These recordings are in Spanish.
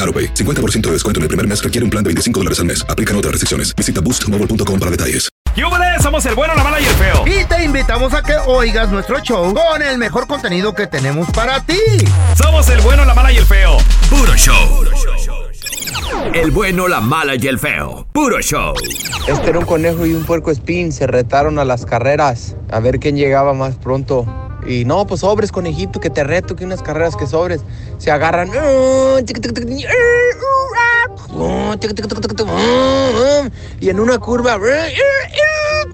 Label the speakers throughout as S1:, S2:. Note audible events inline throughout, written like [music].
S1: AroPay. 50% de descuento en el primer mes requiere un plan de 25 dólares al mes. Aplican otras restricciones. Visita boostmobile.com para detalles.
S2: ¡Yúbales! Somos el bueno, la mala y el feo.
S3: Y te invitamos a que oigas nuestro show con el mejor contenido que tenemos para ti.
S2: Somos el bueno, la mala y el feo.
S4: Puro show. El bueno, la mala y el feo. Puro show.
S5: Este era un conejo y un puerco espín. Se retaron a las carreras. A ver quién llegaba más pronto. Y no, pues sobres, conejito, que te reto, que unas carreras que sobres. Se agarran. ¡eh! Y en una curva.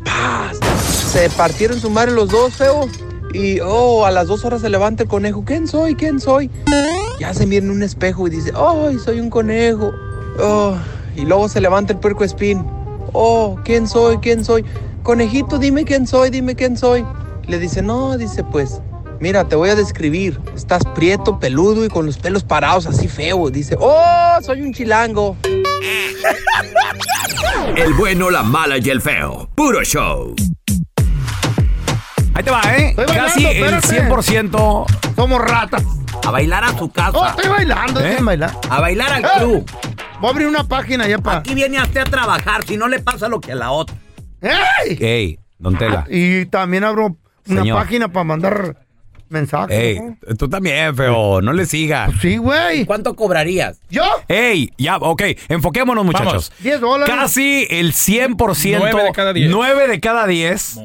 S5: ¡paz! Se partieron su madre los dos, feo. Y oh, a las dos horas se levanta el conejo. ¿Quién soy? ¿Quién soy? Ya se mira en un espejo y dice, ¡ay, soy un conejo! Oh, y luego se levanta el puerco espín. Oh, ¿quién soy? ¿Quién soy? Conejito, dime quién soy, dime quién soy. Le dice, no, dice, pues, mira, te voy a describir. Estás prieto, peludo y con los pelos parados, así feo. Dice, oh, soy un chilango.
S4: El bueno, la mala y el feo. Puro show.
S2: Ahí te va, ¿eh?
S3: Estoy bailando,
S2: Casi el
S3: espérate.
S2: 100%.
S3: Somos ratas.
S4: A bailar a tu
S3: Oh,
S4: casa.
S3: estoy bailando,
S2: ¿Eh?
S3: estoy bailando.
S4: A bailar al
S3: Eh.
S4: club.
S3: Voy a abrir una página ya para.
S4: Aquí viene a usted a trabajar, si no le pasa lo que a la otra.
S3: ¡Ey!
S2: Ey, don Tela.
S3: Ah, Y también abro una
S2: Señor.
S3: página para mandar mensajes.
S2: Ey,
S3: ¿no?
S2: tú también, feo. No le sigas.
S3: Sí, güey.
S4: ¿Cuánto cobrarías?
S3: ¿Yo?
S2: Ey, ya, ok, enfoquémonos muchachos.
S3: 10 dólares.
S2: Casi el 100%,
S6: Nueve de cada diez.
S2: nueve de cada 10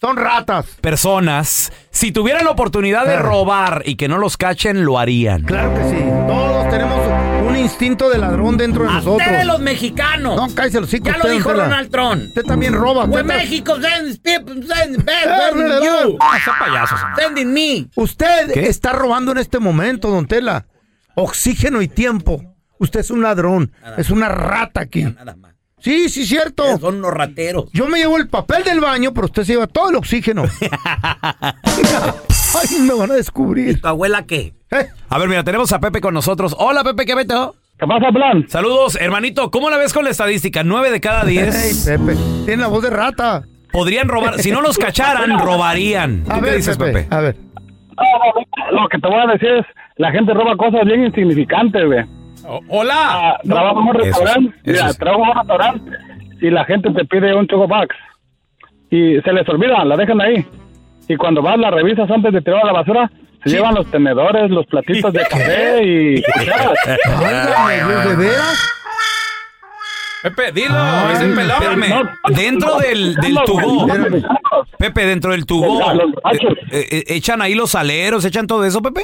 S3: Son ratas.
S2: personas, si tuvieran la oportunidad de
S3: Claro.
S2: robar y que no los cachen, lo harían.
S3: Claro que sí. Todos tenemos un instinto de ladrón dentro de
S4: A
S3: nosotros.
S4: ustedes los mexicanos.
S3: No, cállese los hijos.
S4: ya lo dijo Ronald Trump.
S3: Usted también roba.
S4: When
S3: usted ta-
S4: Mexico sends people, sends bad,
S3: Eh,
S4: sending you,
S2: Ah, son payasos.
S4: sending me.
S3: Usted
S2: ¿Qué?
S3: está robando en este momento, don Tela. Oxígeno y tiempo. Usted es un ladrón. Es una rata aquí.
S4: Nada más.
S3: Sí, sí, cierto.
S4: Son unos rateros.
S3: Yo me llevo el papel del baño, pero usted se lleva todo el
S2: [laughs]
S3: oxígeno. [laughs] Ay, me van a descubrir.
S4: ¿Tu abuela qué?
S3: Eh,
S2: A ver, mira, tenemos a Pepe con nosotros. Hola, Pepe, ¿qué meto?
S7: ¿Qué pasa, Plan?
S2: Saludos, hermanito. ¿Cómo la ves con la estadística? Nueve de cada
S3: Ey,
S2: 10
S3: Pepe, tiene la voz de rata.
S2: podrían robar. Si no
S3: [laughs]
S2: los cacharan, robarían. ¿Tú
S3: A
S2: qué
S3: ver,
S2: dices,
S3: Pepe,
S2: Pepe?
S3: A ver.
S7: Lo que te voy a decir es, la gente roba cosas bien insignificantes, güey.
S2: hola.
S7: Ah, trabajo en un
S2: Eso sí,
S7: restaurante,
S2: eso
S7: mira,
S2: sí.
S7: trabajo en un restaurante y la gente te pide un chocobox y se les olvida, la dejan ahí. Y cuando vas, la revisas antes de tirar a la basura, se llevan los tenedores, los platitos de café y cucharas.
S2: Ah.
S3: Válgame, ¿De veras?
S2: Pepe, dilo. es el pelón. Espérame.
S7: No,
S2: Dentro
S7: no,
S2: del, del
S7: no,
S2: tubó.
S7: no, no, no.
S2: Pepe, dentro del tubo.
S7: A los machos.
S2: eh, eh, ¿Echan ahí los aleros? ¿Echan todo eso, Pepe?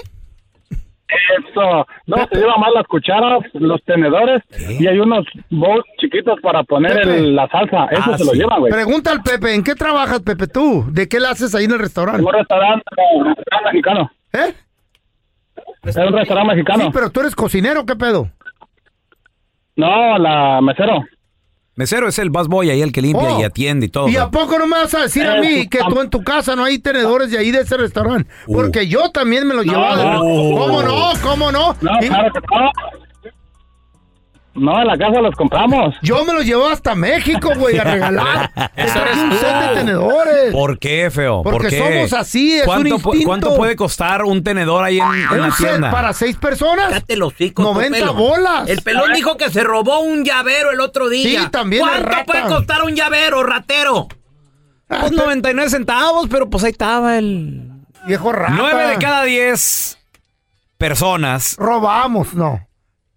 S7: Eso. No, se llevan más las cucharas, los tenedores y hay unos bowls chiquitos para poner
S3: Pepe.
S7: el- la salsa. Eso
S2: Ah,
S7: se lo
S2: sí.
S7: llevan, güey.
S3: Pregunta al Pepe, ¿en qué trabajas, Pepe, tú? ¿De qué la haces ahí en el
S7: En
S3: restaurante?
S7: un restaurante, un restaurante mexicano.
S3: ¿Eh?
S7: Es un restaurante
S3: Sí,
S7: mexicano.
S3: pero tú eres cocinero, ¿qué pedo?
S7: No, la mesero.
S2: Mesero es el busboy ahí, el que limpia
S3: Oh.
S2: y atiende y todo.
S3: ¿Y a poco no me vas a decir
S2: Eh,
S3: a mí que tú en tu casa no hay tenedores de ahí de ese restaurante?
S2: Uh.
S3: Porque yo también me lo llevaba. de-
S2: no.
S3: ¿Cómo no? ¿Cómo no?
S7: No,
S3: Y-
S7: claro que no. No, a la casa los compramos.
S3: Yo me los llevo hasta México, güey, a regalar. Te
S2: [laughs] Eso
S3: traje
S2: eres
S3: un
S2: tú.
S3: set de tenedores.
S2: ¿Por qué, feo? ¿Por
S3: Porque
S2: qué?
S3: somos así, es un
S2: ¿Cuánto, pu-
S3: instinto.
S2: ¿Cuánto puede costar un tenedor ahí en, en la
S3: un set
S2: tienda?
S3: para seis personas.
S4: Cállate los hocico, tu
S3: 90
S4: pelón.
S3: bolas.
S4: El pelón dijo que se robó un llavero el otro día.
S3: Sí, también el
S4: ¿Cuánto
S3: rata.
S4: puede costar un llavero, ratero?
S2: Pues 99 centavos, pero pues ahí estaba el...
S3: Viejo rata.
S2: 9 de cada 10 personas,
S3: Robamos, no.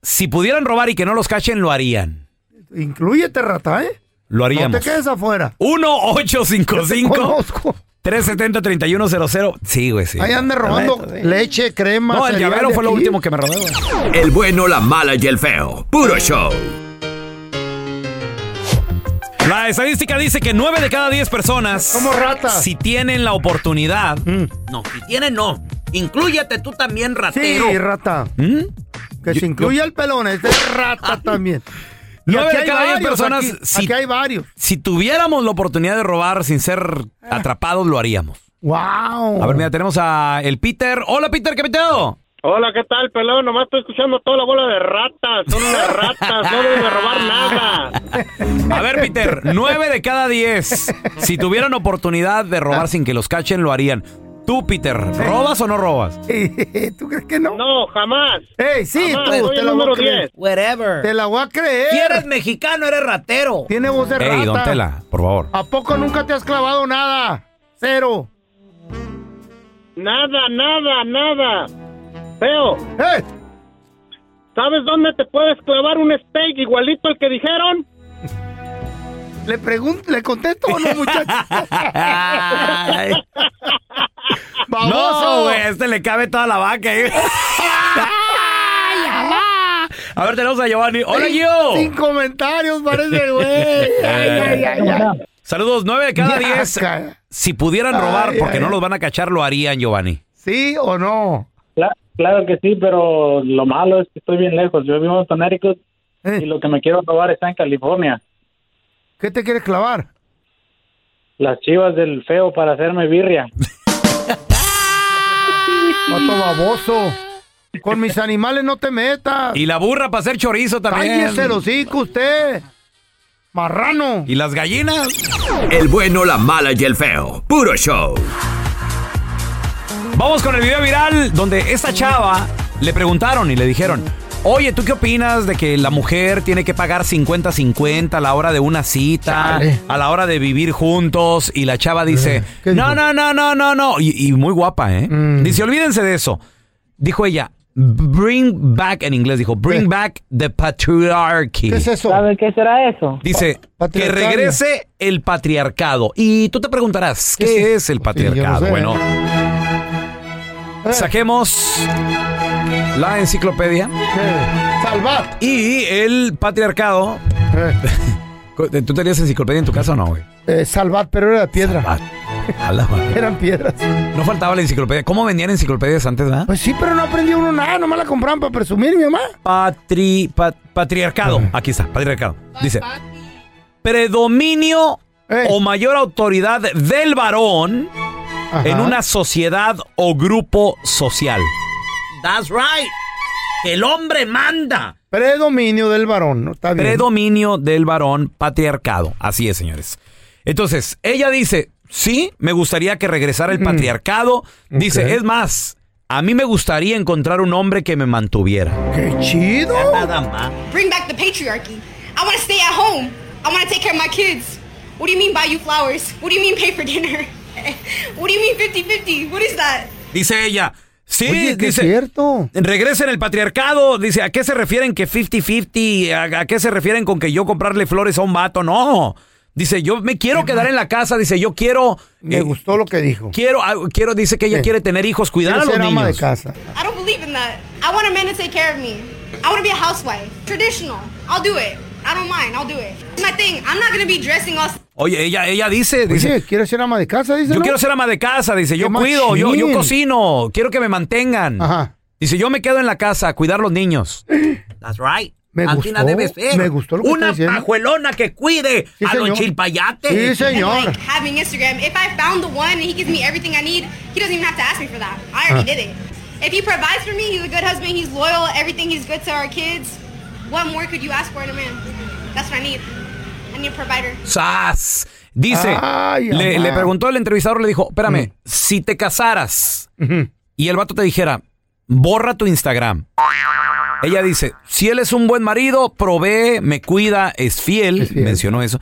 S2: si pudieran robar y que no los cachen, lo harían.
S3: Inclúyete, rata, ¿eh?
S2: Lo
S3: No
S2: haríamos.
S3: te quedes afuera. Te [laughs]
S2: 1-855-370-3100.
S3: Conozco.
S2: 3100 Sí, güey, sí.
S3: Ahí anda robando leche, crema.
S2: No, el
S3: cereal
S2: llavero
S3: de
S2: fue lo
S3: aquí.
S2: último que me robé, güey.
S4: El bueno, la mala y el feo. Puro show.
S2: La estadística dice que 9 de cada 10 personas,
S3: Somos ratas. Mm.
S2: si tienen la oportunidad,
S4: No, si tienes, no. Inclúyete tú también, ratero.
S3: Sí, rata.
S2: ¿Mm?
S3: Que se
S2: Yo-
S3: incluya el pelón, este es rata también. Y
S2: Nueve
S3: aquí
S2: de
S3: hay
S2: cada diez
S3: varios,
S2: personas,
S3: Aquí,
S2: sí.
S3: aquí hay varios.
S2: si tuviéramos la oportunidad de robar sin ser atrapados, lo haríamos.
S3: ¡Wow!
S2: A ver, mira, tenemos a el Peter. Hola, Peter, ¿qué peteo?
S7: Hola, ¿qué tal, pelón? Nomás estoy escuchando toda la bola de ratas. Son unas ratas, no deben de robar nada.
S2: A ver, Peter, 9 de cada 10, si tuvieran oportunidad de robar sin que los cachen, lo harían. Tú, Peter, ¿robas o no robas?
S3: [laughs] ¿Tú crees que no?
S7: No, jamás.
S3: ¡Ey, sí,
S7: Jamás,
S3: tú!
S7: soy
S3: Te
S7: el
S3: la voy a
S7: número
S3: creer.
S7: 10.
S3: Te
S4: Wherever.
S3: la voy a
S4: Si eres
S3: creer.
S4: mexicano, eres ratero.
S3: Tiene voz de rata.
S2: Ey, don Tela, por favor.
S3: ¿A poco nunca te has clavado nada? Cero.
S7: Nada, nada, nada. Feo,
S3: ¡Eh!
S7: ¿sabes dónde te puedes clavar un steak igualito al que dijeron?
S3: ¿Le pregunto, le contesto o no, muchachos?
S2: [laughs] Ay. No,
S3: ¡Baboso!
S2: güey, a este le cabe toda la vaca. eh. A ver, tenemos a Giovanni. Hola,
S3: Sin
S2: Gio.
S3: comentarios, parece,
S2: [laughs]
S3: güey. Ay, ay, ay, ay.
S2: Saludos, 9 de cada 10.
S3: Yaca.
S2: Si pudieran robar,
S3: Ay,
S2: porque
S3: ay.
S2: no los van a cachar, lo harían, Giovanni.
S3: ¿Sí o no?
S7: claro que sí, pero lo malo es que estoy bien lejos. Yo vivo en Connecticut y
S3: Eh,
S7: lo que me quiero robar está en California.
S3: ¿Qué te quieres clavar?
S7: Las chivas del feo para
S8: [laughs]
S7: hacerme birria.
S3: Pato baboso. Con mis animales no te metas.
S2: Y la burra para hacer chorizo también.
S3: Cállese el hocico usted. Marrano.
S2: Y las gallinas.
S4: El bueno, la mala y el feo. Puro show.
S2: Vamos con el video viral donde esta chava le preguntaron y le dijeron, oye, ¿tú qué opinas de que la mujer tiene que pagar 50-50 a la hora de una cita,
S3: Chale. Eh,
S2: a la hora de vivir juntos? Y la chava dice,
S3: ¿qué
S2: no,
S3: dijo?
S2: no, no, no, no, no. Y, y muy guapa, ¿eh?
S3: Mm.
S2: Dice, olvídense de eso. Dijo ella, bring back, en inglés dijo, bring
S3: ¿Qué?
S2: back the patriarchy.
S3: ¿Qué es eso?
S8: qué será eso?
S2: Dice, que
S3: Patriarcado.
S2: regrese el patriarcado. Y tú te preguntarás, ¿qué,
S3: ¿Qué es?
S2: es el
S3: Pues sí, yo no
S2: patriarcado?
S3: sé.
S2: Bueno,
S3: Eh,
S2: saquemos la enciclopedia.
S3: eh, Salvat.
S2: Y el patriarcado.
S3: Eh,
S2: ¿Tú tenías enciclopedia en tu casa o no, güey?
S3: eh, salvat, pero era piedra.
S2: Ah, a la madre.
S3: Eran piedras.
S2: No faltaba la enciclopedia. ¿Cómo vendían enciclopedias antes, verdad?
S3: Pues sí, pero no aprendí uno nada. Nomás la compraban para presumir, mi mamá.
S2: Patri, pa- patriarcado. Aquí está, patriarcado. Dice: predominio
S3: Eh.
S2: o mayor autoridad del varón
S3: Ajá.
S2: en una sociedad o grupo social.
S4: That's right. Que el hombre manda.
S3: Predominio del varón, ¿no? Está bien.
S2: Predominio del varón patriarcado. Así es, señores. Entonces, ella dice, sí, me gustaría que regresara el patriarcado. Dice,
S3: Mm. Ok.
S2: es más, a mí me gustaría encontrar un hombre que me mantuviera.
S3: ¡Qué chido!
S4: Nada más.
S8: Bring back the patriarchy. I want to stay at home. I want to take care of my kids. What do you mean buy you flowers? What do you mean pay for dinner? [laughs] what do you mean 50-50? What is that?
S2: Dice ella, sí,
S3: Oye, ¿qué es
S2: dice... Eh,
S3: cierto.
S2: Regresen el patriarcado, dice, ¿a qué se refieren que 50-50? ¿A, a qué se refieren con que yo comprarle flores a un vato? No. Dice, yo me quiero quedar en la casa, dice, yo quiero...
S3: Me
S2: eh,
S3: gustó lo que dijo.
S2: Quiero, ah, quiero, dice que ella
S3: Sí.
S2: quiere tener hijos, cuidar
S3: Quiero
S2: a los
S3: ser ama de
S2: niños.
S3: casa.
S8: I don't believe in that. I want a man to take care of me. I want to be a housewife. Traditional. I'll do it. I don't mind. I'll do it. It's my thing. I'm not going to be dressing all
S2: Oye, ella, ella dice, dice,
S3: Pues Dice, ¿quieres ser ama de casa? Dice,
S2: Yo
S3: ¿no?
S2: quiero ser ama de casa, dice, yo
S3: ¡Qué
S2: cuido, yo, yo
S3: machín!
S2: cocino, quiero que me mantengan.
S3: Ajá.
S2: Dice, yo me quedo en la casa a cuidar los niños.
S4: That's right.
S3: Me
S4: Así
S3: gustó,
S4: debe ser.
S3: me gustó lo que
S4: Una
S3: está diciendo.
S4: pajuelona que cuide
S3: Sí,
S4: a
S2: Ah,
S3: señor.
S4: los chilpayates.
S3: Sí,
S8: and
S3: señor.
S8: like having Instagram. If I found the one and he gives me everything I need, he doesn't even have to ask me for that. I already
S3: Huh.
S8: did it. If he provides for me, he's a good husband, he's loyal, everything he's good to our kids. What more could you ask for in a man? That's what I need. I need a provider.
S2: ¡Sas! Dice,
S8: Ay,
S2: le,
S8: amá.
S2: le preguntó el entrevistador, le dijo,
S3: Mm.
S2: espérame, si te casaras y el vato te dijera, borra tu Instagram. Ella dice, si él es un buen marido, provee, me cuida, es fiel, mencionó eso.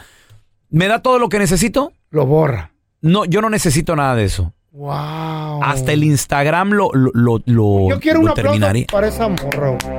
S2: ¿Me da todo lo que necesito?
S3: Lo borra.
S2: No, yo no necesito nada de eso.
S3: Wow.
S2: Hasta el Instagram lo, lo, lo, lo-
S3: Oh. Yo quiero
S2: lo
S3: un aplauso
S2: terminaría.
S3: para esa morra. güey.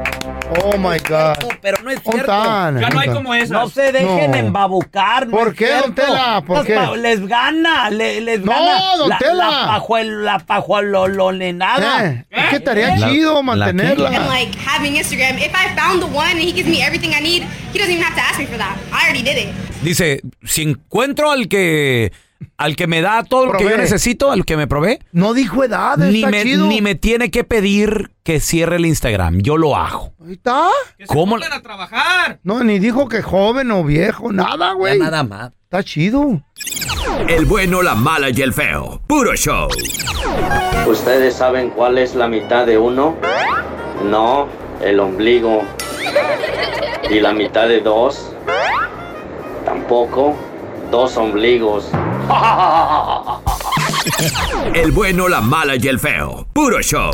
S3: Oh my God.
S2: Pero no es
S3: cierto.
S9: Ya no hay como esas. No se dejen embabucar. no
S3: ¿Por
S9: es
S3: qué, don
S9: cierto.
S3: Tela? ¿Por
S9: Las
S3: qué?
S9: pa- Les gana, le- les
S3: No,
S9: gana.
S3: don
S9: la,
S3: Tela.
S9: La pajuel, la pajuelololenada.
S3: Eh, es que estaría chido mantenerla.
S8: And like having Instagram, if I found the one and he gives me everything I need, he doesn't even have to ask me for that. I already did it.
S2: Dice, si encuentro al que al que me da todo lo que
S3: Provee.
S2: yo necesito, al que me provee,
S3: no dijo edad,
S2: ni
S3: Ah, está
S2: me,
S3: chido.
S2: ni me tiene que pedir que cierre el Instagram, yo lo hago.
S3: Ahí está.
S2: ¿Cómo?
S3: No, ni dijo que joven o viejo, nada, güey.
S4: Ya nada más.
S3: Está chido.
S4: El bueno, la mala y el feo. Puro show.
S10: ¿Ustedes saben cuál es la mitad de uno? No, el ombligo. ¿Y la mitad de dos? Tampoco. Dos ombligos.
S4: El bueno, la mala y el feo. Puro show.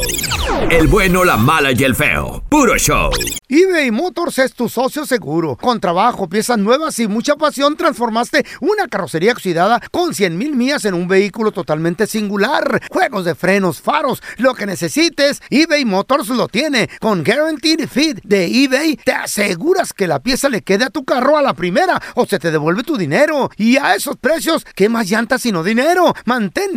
S4: El bueno, la mala y el feo. Puro show.
S3: eBay Motors es tu socio seguro. Con trabajo, piezas nuevas y mucha pasión, transformaste una carrocería oxidada con 100 mil millas en un vehículo totalmente singular. Juegos de frenos, faros, lo que necesites, eBay Motors lo tiene. Con Guaranteed Fit de eBay, te aseguras que la pieza le quede a tu carro a la primera o se te devuelve tu dinero. Y a esos precios, ¿qué más llantas sino dinero? Mantén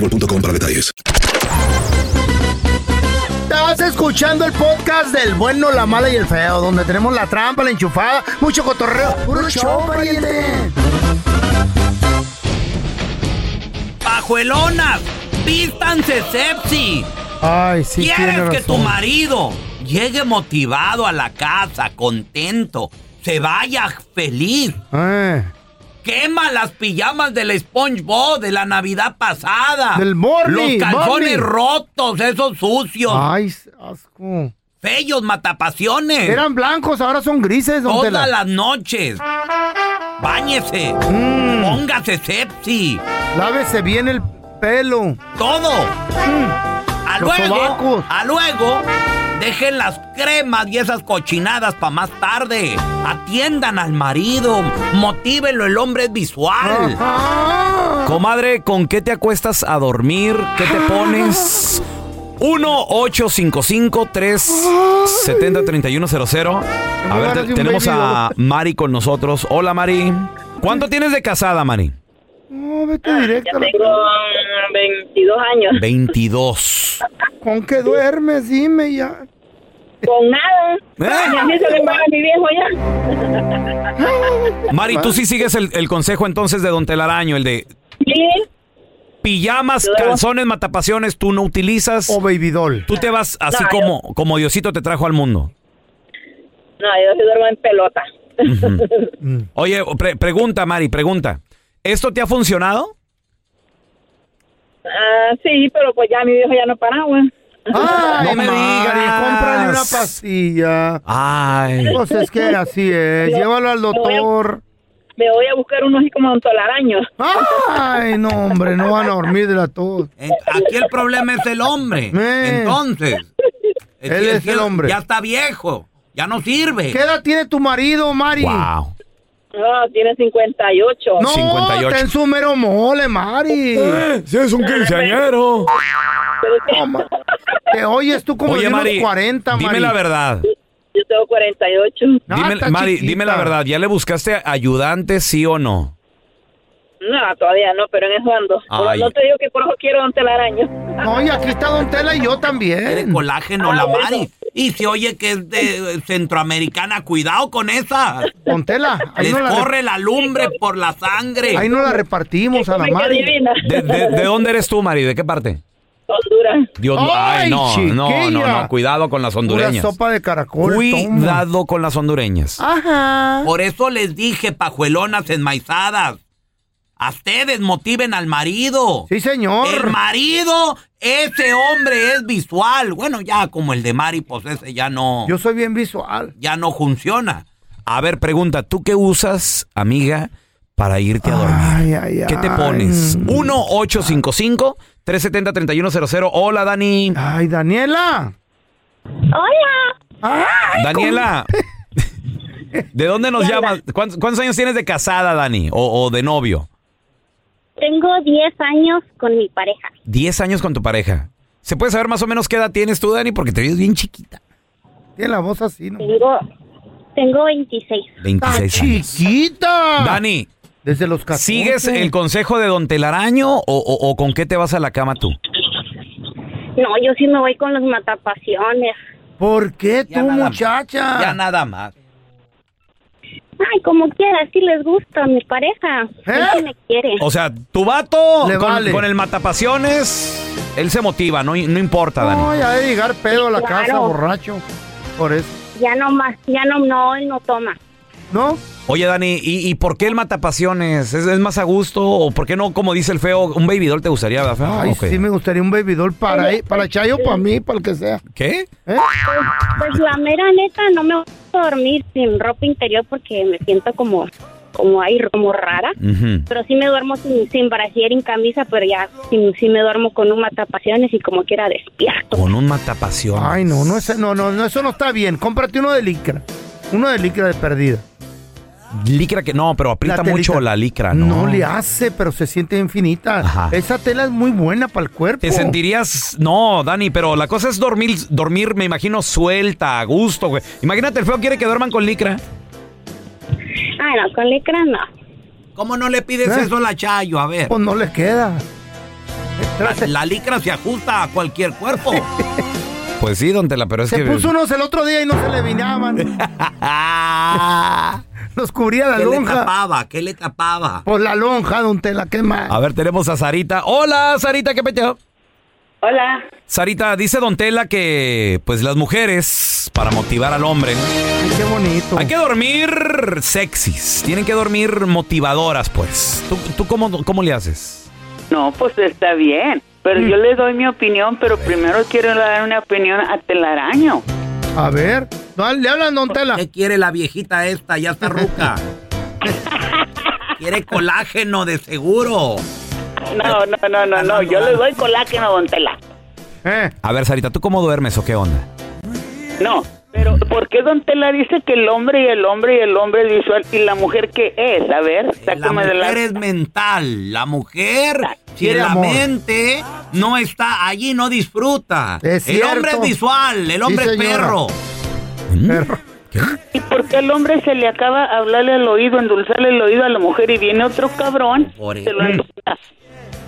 S1: para detalles.
S3: Estás escuchando el podcast del bueno, la mala y el feo, donde tenemos la trampa, la enchufada, mucho cotorreo. Puro show, pariente.
S9: Pajuelonas, vístanse sepsi.
S3: Ay, sí, tiene
S9: ¿Quieres que tu
S3: razón.
S9: marido llegue motivado a la casa, contento, se vaya feliz?
S3: Eh,
S9: Quema las pijamas del SpongeBob de la Navidad pasada.
S3: Del Barney,
S9: Los calzones
S3: Barney.
S9: rotos, esos sucios.
S3: Ay, asco.
S9: Fellos, matapasiones.
S3: Eran blancos, ahora son grises, don
S9: Todas
S3: Tela.
S9: las noches. Báñese.
S3: Mm.
S9: Póngase sepsi.
S3: Lávese bien el pelo.
S9: Todo. A
S3: Los
S9: luego,
S3: sobacos.
S9: a luego, dejen las cremas y esas cochinadas para más tarde. Atiendan al marido, motívenlo, el hombre es visual.
S2: Comadre, ¿con qué te acuestas a dormir? ¿Qué te pones? 1-855-370-3100. A
S9: ganas de
S2: ver, te-
S9: un
S2: tenemos
S9: baby
S2: a Mari con nosotros. Hola, Mari. ¿Cuánto tienes de casada, Mari?
S3: No, vete directo.
S11: Yo tengo mm, 22 años.
S2: 22.
S3: ¿Con qué duermes? Dime ya.
S11: Con nada.
S2: ¿Eh?
S11: Ya me se le paga a mi viejo ya.
S2: Mari, tú sí sigues el, el consejo entonces de Don Telaraño, el de
S11: Sí,
S2: pijamas,
S11: Yo-
S2: calzones, matapasiones, tú no utilizas. O
S3: baby doll.
S2: Tú te vas así
S11: No, yo-
S2: como, como Diosito te trajo al mundo.
S11: No, yo sí duermo en pelota.
S2: Oye, pre- pregunta, Mari, pregunta. ¿Esto te ha funcionado?
S11: Ah, sí, pero pues ya mi viejo ya no para, güey.
S3: Ah, no me digas. Cómprale una pastilla.
S2: Ay.
S3: Pues es que así es. Llévalo al doctor.
S11: me voy a buscar uno así como un tolaraño.
S3: Ay, no, hombre, no van a dormir de la tos.
S9: Aquí el problema es el
S3: [laughs]
S9: hombre. Entonces,
S3: Eh. Él es el hombre.
S9: Ya está viejo. Ya no sirve.
S3: ¿Qué edad tiene tu marido, Mari?
S9: Wow.
S11: No, tiene 58.
S3: No, está en su mero mole,
S2: [laughs]
S3: Mari.
S12: Si es un quinceañero.
S3: Te oyes tú como
S2: Oye,
S3: de unos
S2: Mari,
S3: 40, Mari. Ah,
S2: dime la verdad.
S11: Yo tengo 48.
S2: Dime- Mari, dime la verdad, ¿ya le buscaste ayudante, sí o no?
S11: No, todavía no, pero en eso ando. Pero Pues
S2: Ay.
S11: No te digo que por eso quiero un telaraño.
S3: No, y aquí está Don Tela y yo también.
S9: Colágeno,
S11: Ah,
S9: la Mari. Y se oye que es de eh, centroamericana. Cuidado con esa.
S3: Don Tela, ahí
S9: Les
S3: no la
S9: corre la lumbre por la sangre.
S3: Ahí no la repartimos a la Mari.
S2: ¿De, de- de dónde eres tú, Mari? ¿De qué parte?
S11: Honduras.
S2: Dios,
S3: Ay,
S2: ay, no, no, no,
S3: chiquilla.
S2: no, cuidado con las
S3: Pura
S2: hondureñas.
S3: sopa de Ah. caracol. toma.
S2: Cuidado con las hondureñas.
S3: Ajá.
S9: Por eso les dije, pajuelonas enmaizadas. A ustedes motiven al marido.
S3: Sí, señor.
S9: El marido, ese hombre es visual. Bueno, ya como el de Mari, pues ese ya no.
S3: Yo soy bien visual.
S9: Ya no funciona.
S2: A ver, pregunta, ¿tú qué usas, amiga, para irte a dormir?
S3: Ay, ay, Mm. ay.
S2: ¿Qué te pones? 1-855-370-3100. Hola, Dani.
S3: Ay, Daniela.
S11: Hola.
S3: [laughs]
S2: Daniela. ¿De dónde nos llamas? ¿Cuántos, cuántos años tienes de casada, Dani? ¿O, o de novio?
S13: Tengo 10 años con mi pareja.
S2: 10 años con tu pareja. ¿Se puede saber más o menos qué edad tienes tú, Dani? Porque te ves bien chiquita.
S3: Tiene la voz así, ¿no?
S13: Tengo, tengo 26.
S3: Ah,
S2: 26 años.
S3: ¡Chiquita!
S2: Dani.
S3: Desde los 14.
S2: ¿Sigues el consejo de Don Telaraño o, o- o con qué te vas a la cama tú?
S13: No, yo sí me voy con los matapasiones.
S3: ¿Por qué
S9: tú, muchacha?
S3: Ah.
S9: Ya nada más.
S3: Pues,
S13: Ay, como quiera, sí les gusta a mi pareja. Él sí me quiere.
S2: O sea, tu vato
S3: Le
S2: con,
S3: vale.
S2: con el matapasiones, él se motiva, no, no importa,
S3: No,
S2: Dani.
S3: ya de llegar pedo a la
S13: Claro.
S3: casa, borracho. Por eso.
S13: Ya no más, ya no, no, él no toma.
S3: ¿No?
S2: Oye, Dani, ¿y, y por qué el matapasiones? ¿Es, es más a gusto? ¿O por qué no, como dice el feo, un baby doll te gustaría, ¿verdad, feo?
S3: Ay,
S2: Ah, Ok.
S3: sí me gustaría un babydoll para, para Chayo, para mí, para el que sea.
S2: ¿Qué?
S3: ¿Eh?
S13: Pues la mera neta, no me gusta dormir sin ropa interior porque me siento como, como ahí, como rara.
S2: Ujú.
S13: Pero sí me duermo sin, sin brasier, sin camisa, pero ya sí, sí me duermo con un matapasiones y como quiera despierto.
S2: Con un matapasiones.
S3: Ay, no, no, ese- no, no, no, eso no está bien. Cómprate uno de licra. Uno de licra de perdida.
S2: Licra que no, pero aprieta
S3: La telita.
S2: mucho la licra, ¿no?
S3: No le hace, pero se siente infinita. Esa tela es muy buena para el cuerpo.
S9: Oh.
S2: Te sentirías, no, Dani, pero la cosa es dormir, dormir, me imagino, suelta, a gusto, güey. Imagínate, el feo quiere que duerman con licra.
S13: Ah, no, con licra no.
S9: ¿Cómo no le pides
S3: Eh.
S9: eso a la Chayo? A ver.
S3: Pues no le queda.
S2: Ah,
S9: La,
S3: Pues,
S9: la licra se ajusta a cualquier
S3: [laughs]
S9: cuerpo.
S2: Pues sí, don Tela, pero es
S3: Se
S2: que...
S3: puso unos el otro día y no se le vinaban.
S2: [laughs]
S3: Nos cubría la
S9: [laughs] ¿Qué le
S3: lonja.
S9: tapaba? ¿Qué le tapaba?
S3: Por la lonja, don Tela, qué más.
S2: A ver, tenemos a Sarita. Hola, Sarita, ¿qué peteo?
S14: Hola.
S2: Sarita, dice Don Tela que, pues, las mujeres, para motivar al hombre...
S3: qué bonito.
S2: Hay que dormir sexys. Tienen que dormir motivadoras, pues. ¿Tú, tú cómo, cómo le haces?
S14: No, pues está bien. Pero
S9: Mm.
S14: yo le doy mi opinión, pero primero quiero dar una opinión a Telaraño.
S3: A ver. le hablan, don Tela.
S9: ¿Qué quiere la viejita esta? Ya está ruca. quiere colágeno de seguro.
S14: No, no, no, no, no. Yo le doy colágeno, don Tela.
S3: Eh,
S2: A ver, Sarita, ¿tú cómo duermes o qué onda?
S14: No. Pero, ¿por qué don Tela dice que el hombre y el hombre y el hombre es visual y la mujer qué es? A ver,
S9: La
S14: sácame de la...
S9: mujer es mental. La mujer, si
S14: Quiere
S9: la
S14: amor.
S9: mente no está allí, no disfruta.
S14: Es
S9: el hombre es
S14: cierto.
S9: visual, el
S14: Sí,
S9: hombre es
S14: señora.
S9: perro.
S2: Mm.
S14: ¿Y por qué al hombre se le acaba hablarle al oído, endulzarle el oído a la mujer y viene otro cabrón? se lo endulza?
S9: Mm.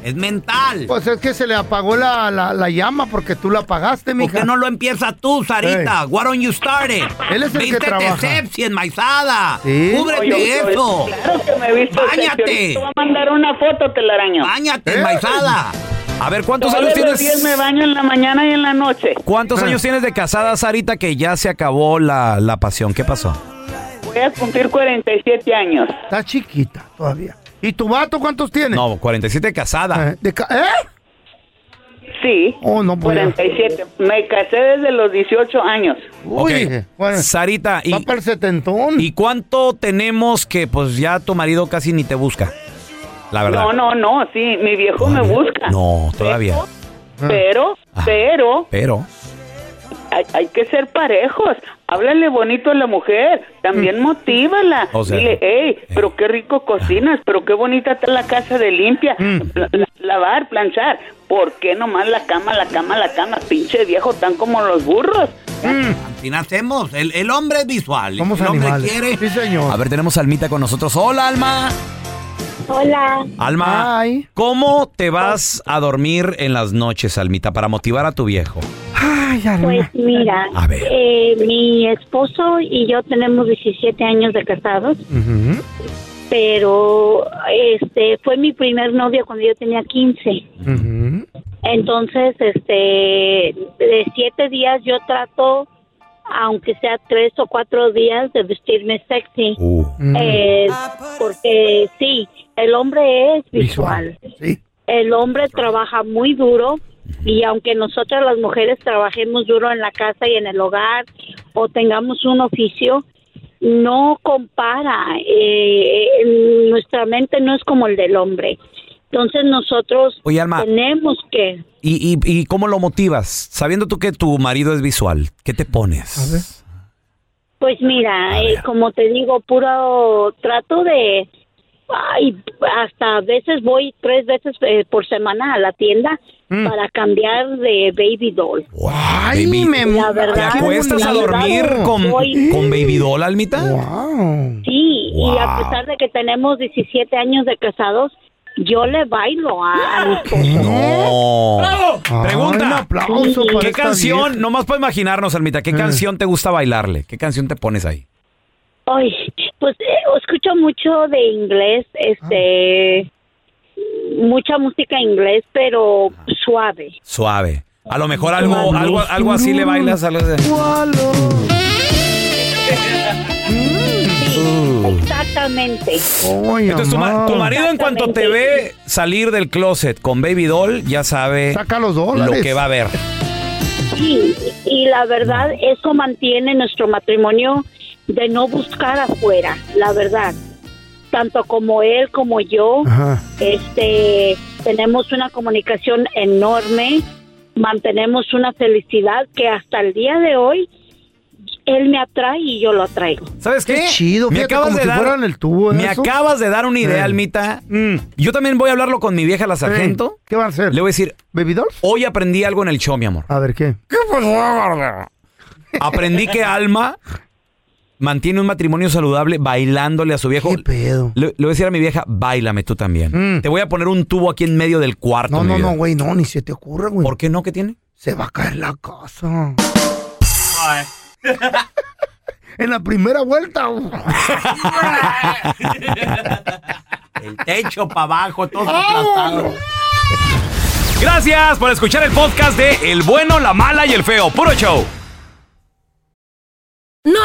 S9: Es mental.
S3: Pues es que se le apagó la, la- la llama porque tú la apagaste, mija. ¿Por
S9: qué no lo empiezas tú, Sarita? Why don't you start it?
S3: Él es el que
S9: Vístete
S3: trabaja.
S9: sepsi, enmaizada.
S3: Sí.
S9: Cúbrete
S14: Oye, oye, oye,
S9: eso.
S14: Claro que me he visto sexy.
S9: Báñate.
S14: Ahorita Te voy a mandar una foto, telaraño.
S9: Báñate, enmaizada.
S2: A ver, ¿cuántos
S14: Todos
S2: años
S14: los días
S2: tienes?
S14: me baño en la mañana y en la noche.
S3: Ah.
S2: ¿Cuántos años tienes de casada, Sarita, que ya se acabó la, la pasión? ¿Qué pasó?
S14: Voy a cumplir 47 años.
S3: Está chiquita Eh, todavía. ¿Y tu vato cuántos tiene?
S2: No, 47 de casada.
S3: ¿De ca- ¿Eh?
S7: Sí.
S3: Oh, no
S2: pues
S3: puedo.
S7: 47. Me casé desde los 18 años.
S2: Ok. Sarita, y, ¿y cuánto tenemos que pues ya tu marido casi ni te busca? La verdad.
S7: No, no, no, sí, mi viejo me busca.
S2: No, Ah. todavía.
S7: Pero, pero,
S2: Pero.
S7: hay, hay que ser parejos. Háblale bonito a la mujer, también motívala.
S2: Mm. O sea, eh.
S7: Dile, hey, pero qué rico cocinas, pero qué bonita está la casa de limpia.
S2: Mm.
S7: Pla- la- lavar, planchar. ¿Por qué nomás la cama, la cama, la cama? Pinche viejo, tan como los burros.
S15: Así nacemos. El, el hombre es visual. el hombre quiere.
S2: A ver, tenemos a Almita con nosotros. Hola, Alma.
S16: Hola.
S2: Alma, ¿cómo te vas a dormir en las noches, Almita, para motivar a tu viejo?
S13: Pues mira, eh, mi esposo y yo tenemos 17 años de casados, pero este fue mi primer novio cuando yo tenía 15. Entonces, este, de siete días yo trato, aunque sea tres o cuatro días, de vestirme sexy. Eh, porque sí, el hombre es visual. El hombre trabaja muy duro y aunque nosotras las mujeres trabajemos duro en la casa y en el hogar o tengamos un oficio, no compara. eh, eh, nuestra mente no es como el del hombre. Entonces nosotros
S2: Oye, Alma.
S13: tenemos que...
S2: ¿Y, y, y cómo lo motivas? Sabiendo tú que tu marido es visual, ¿qué te pones?
S13: Pues mira, eh, como te digo, puro trato de, ay, hasta a veces voy tres veces eh, por semana a la tienda para cambiar de baby doll.
S3: Ay, me
S13: la
S2: ¿Te
S13: verdad,
S2: acuestas
S13: la
S2: a dormir
S13: verdad,
S2: con,
S13: voy-
S2: con Baby Doll, Almita?
S13: Sí, y a
S2: Wow.
S13: pesar de que tenemos 17 años de casados, yo le bailo a, a mi
S3: [gasps]
S13: esposo.
S2: No.
S13: ¡Bravo!
S2: Pregunta.
S13: Ay, un aplauso para
S2: ¿Qué
S13: esta
S2: canción? Nomás para imaginarnos, Almita, ¿qué
S3: Eh.
S2: canción te gusta bailarle? ¿Qué canción te pones ahí?
S13: Ay, pues eh, escucho mucho de inglés, este, mucha música en inglés, pero suave.
S2: Suave. A lo mejor algo, algo, algo así le bailas. Algo de...
S13: Exactamente.
S2: Entonces tu, ma- tu marido en cuanto te ve salir del closet con Baby Doll, ya sabe
S3: Saca los dólares.
S2: lo que va a ver.
S13: Sí, y la verdad, eso mantiene nuestro matrimonio de no buscar afuera, la verdad. Tanto como él como yo,
S3: Ajá.
S13: este, tenemos una comunicación enorme, mantenemos una felicidad que hasta el día de hoy él me atrae y yo lo atraigo.
S2: ¿Sabes qué?
S3: chido,
S2: me
S3: fíjate,
S2: acabas
S3: como
S2: de
S3: si
S2: dar,
S3: fueran el tubo, ¿eh,
S2: Me
S3: eso?
S2: acabas de dar una idea,
S3: Eh.
S2: Almita. Mm. Yo también voy a hablarlo con mi vieja, la sargento.
S3: ¿Qué va a hacer?
S2: Le voy a decir,
S3: ¿Baby Dolls?
S2: Hoy aprendí algo en el show, mi amor.
S3: A ver, ¿qué?
S2: ¿Qué Aprendí que Alma mantiene un matrimonio saludable bailándole a su viejo. Le, le voy a decir a mi vieja, bailame tú también. Te voy a poner un tubo aquí en medio del
S3: Mm.
S2: cuarto.
S3: No,
S2: mi
S3: no,
S2: vida.
S3: no, güey, no, ni se te ocurra, güey. ¿Por
S2: qué no? ¿Qué tiene?
S3: Se va a caer la casa. [laughs] en la primera vuelta.
S15: El techo para abajo,
S3: [laughs]
S15: todo aplastado.
S2: Gracias por escuchar el podcast de El Bueno, la Mala y el Feo. Puro show.
S17: No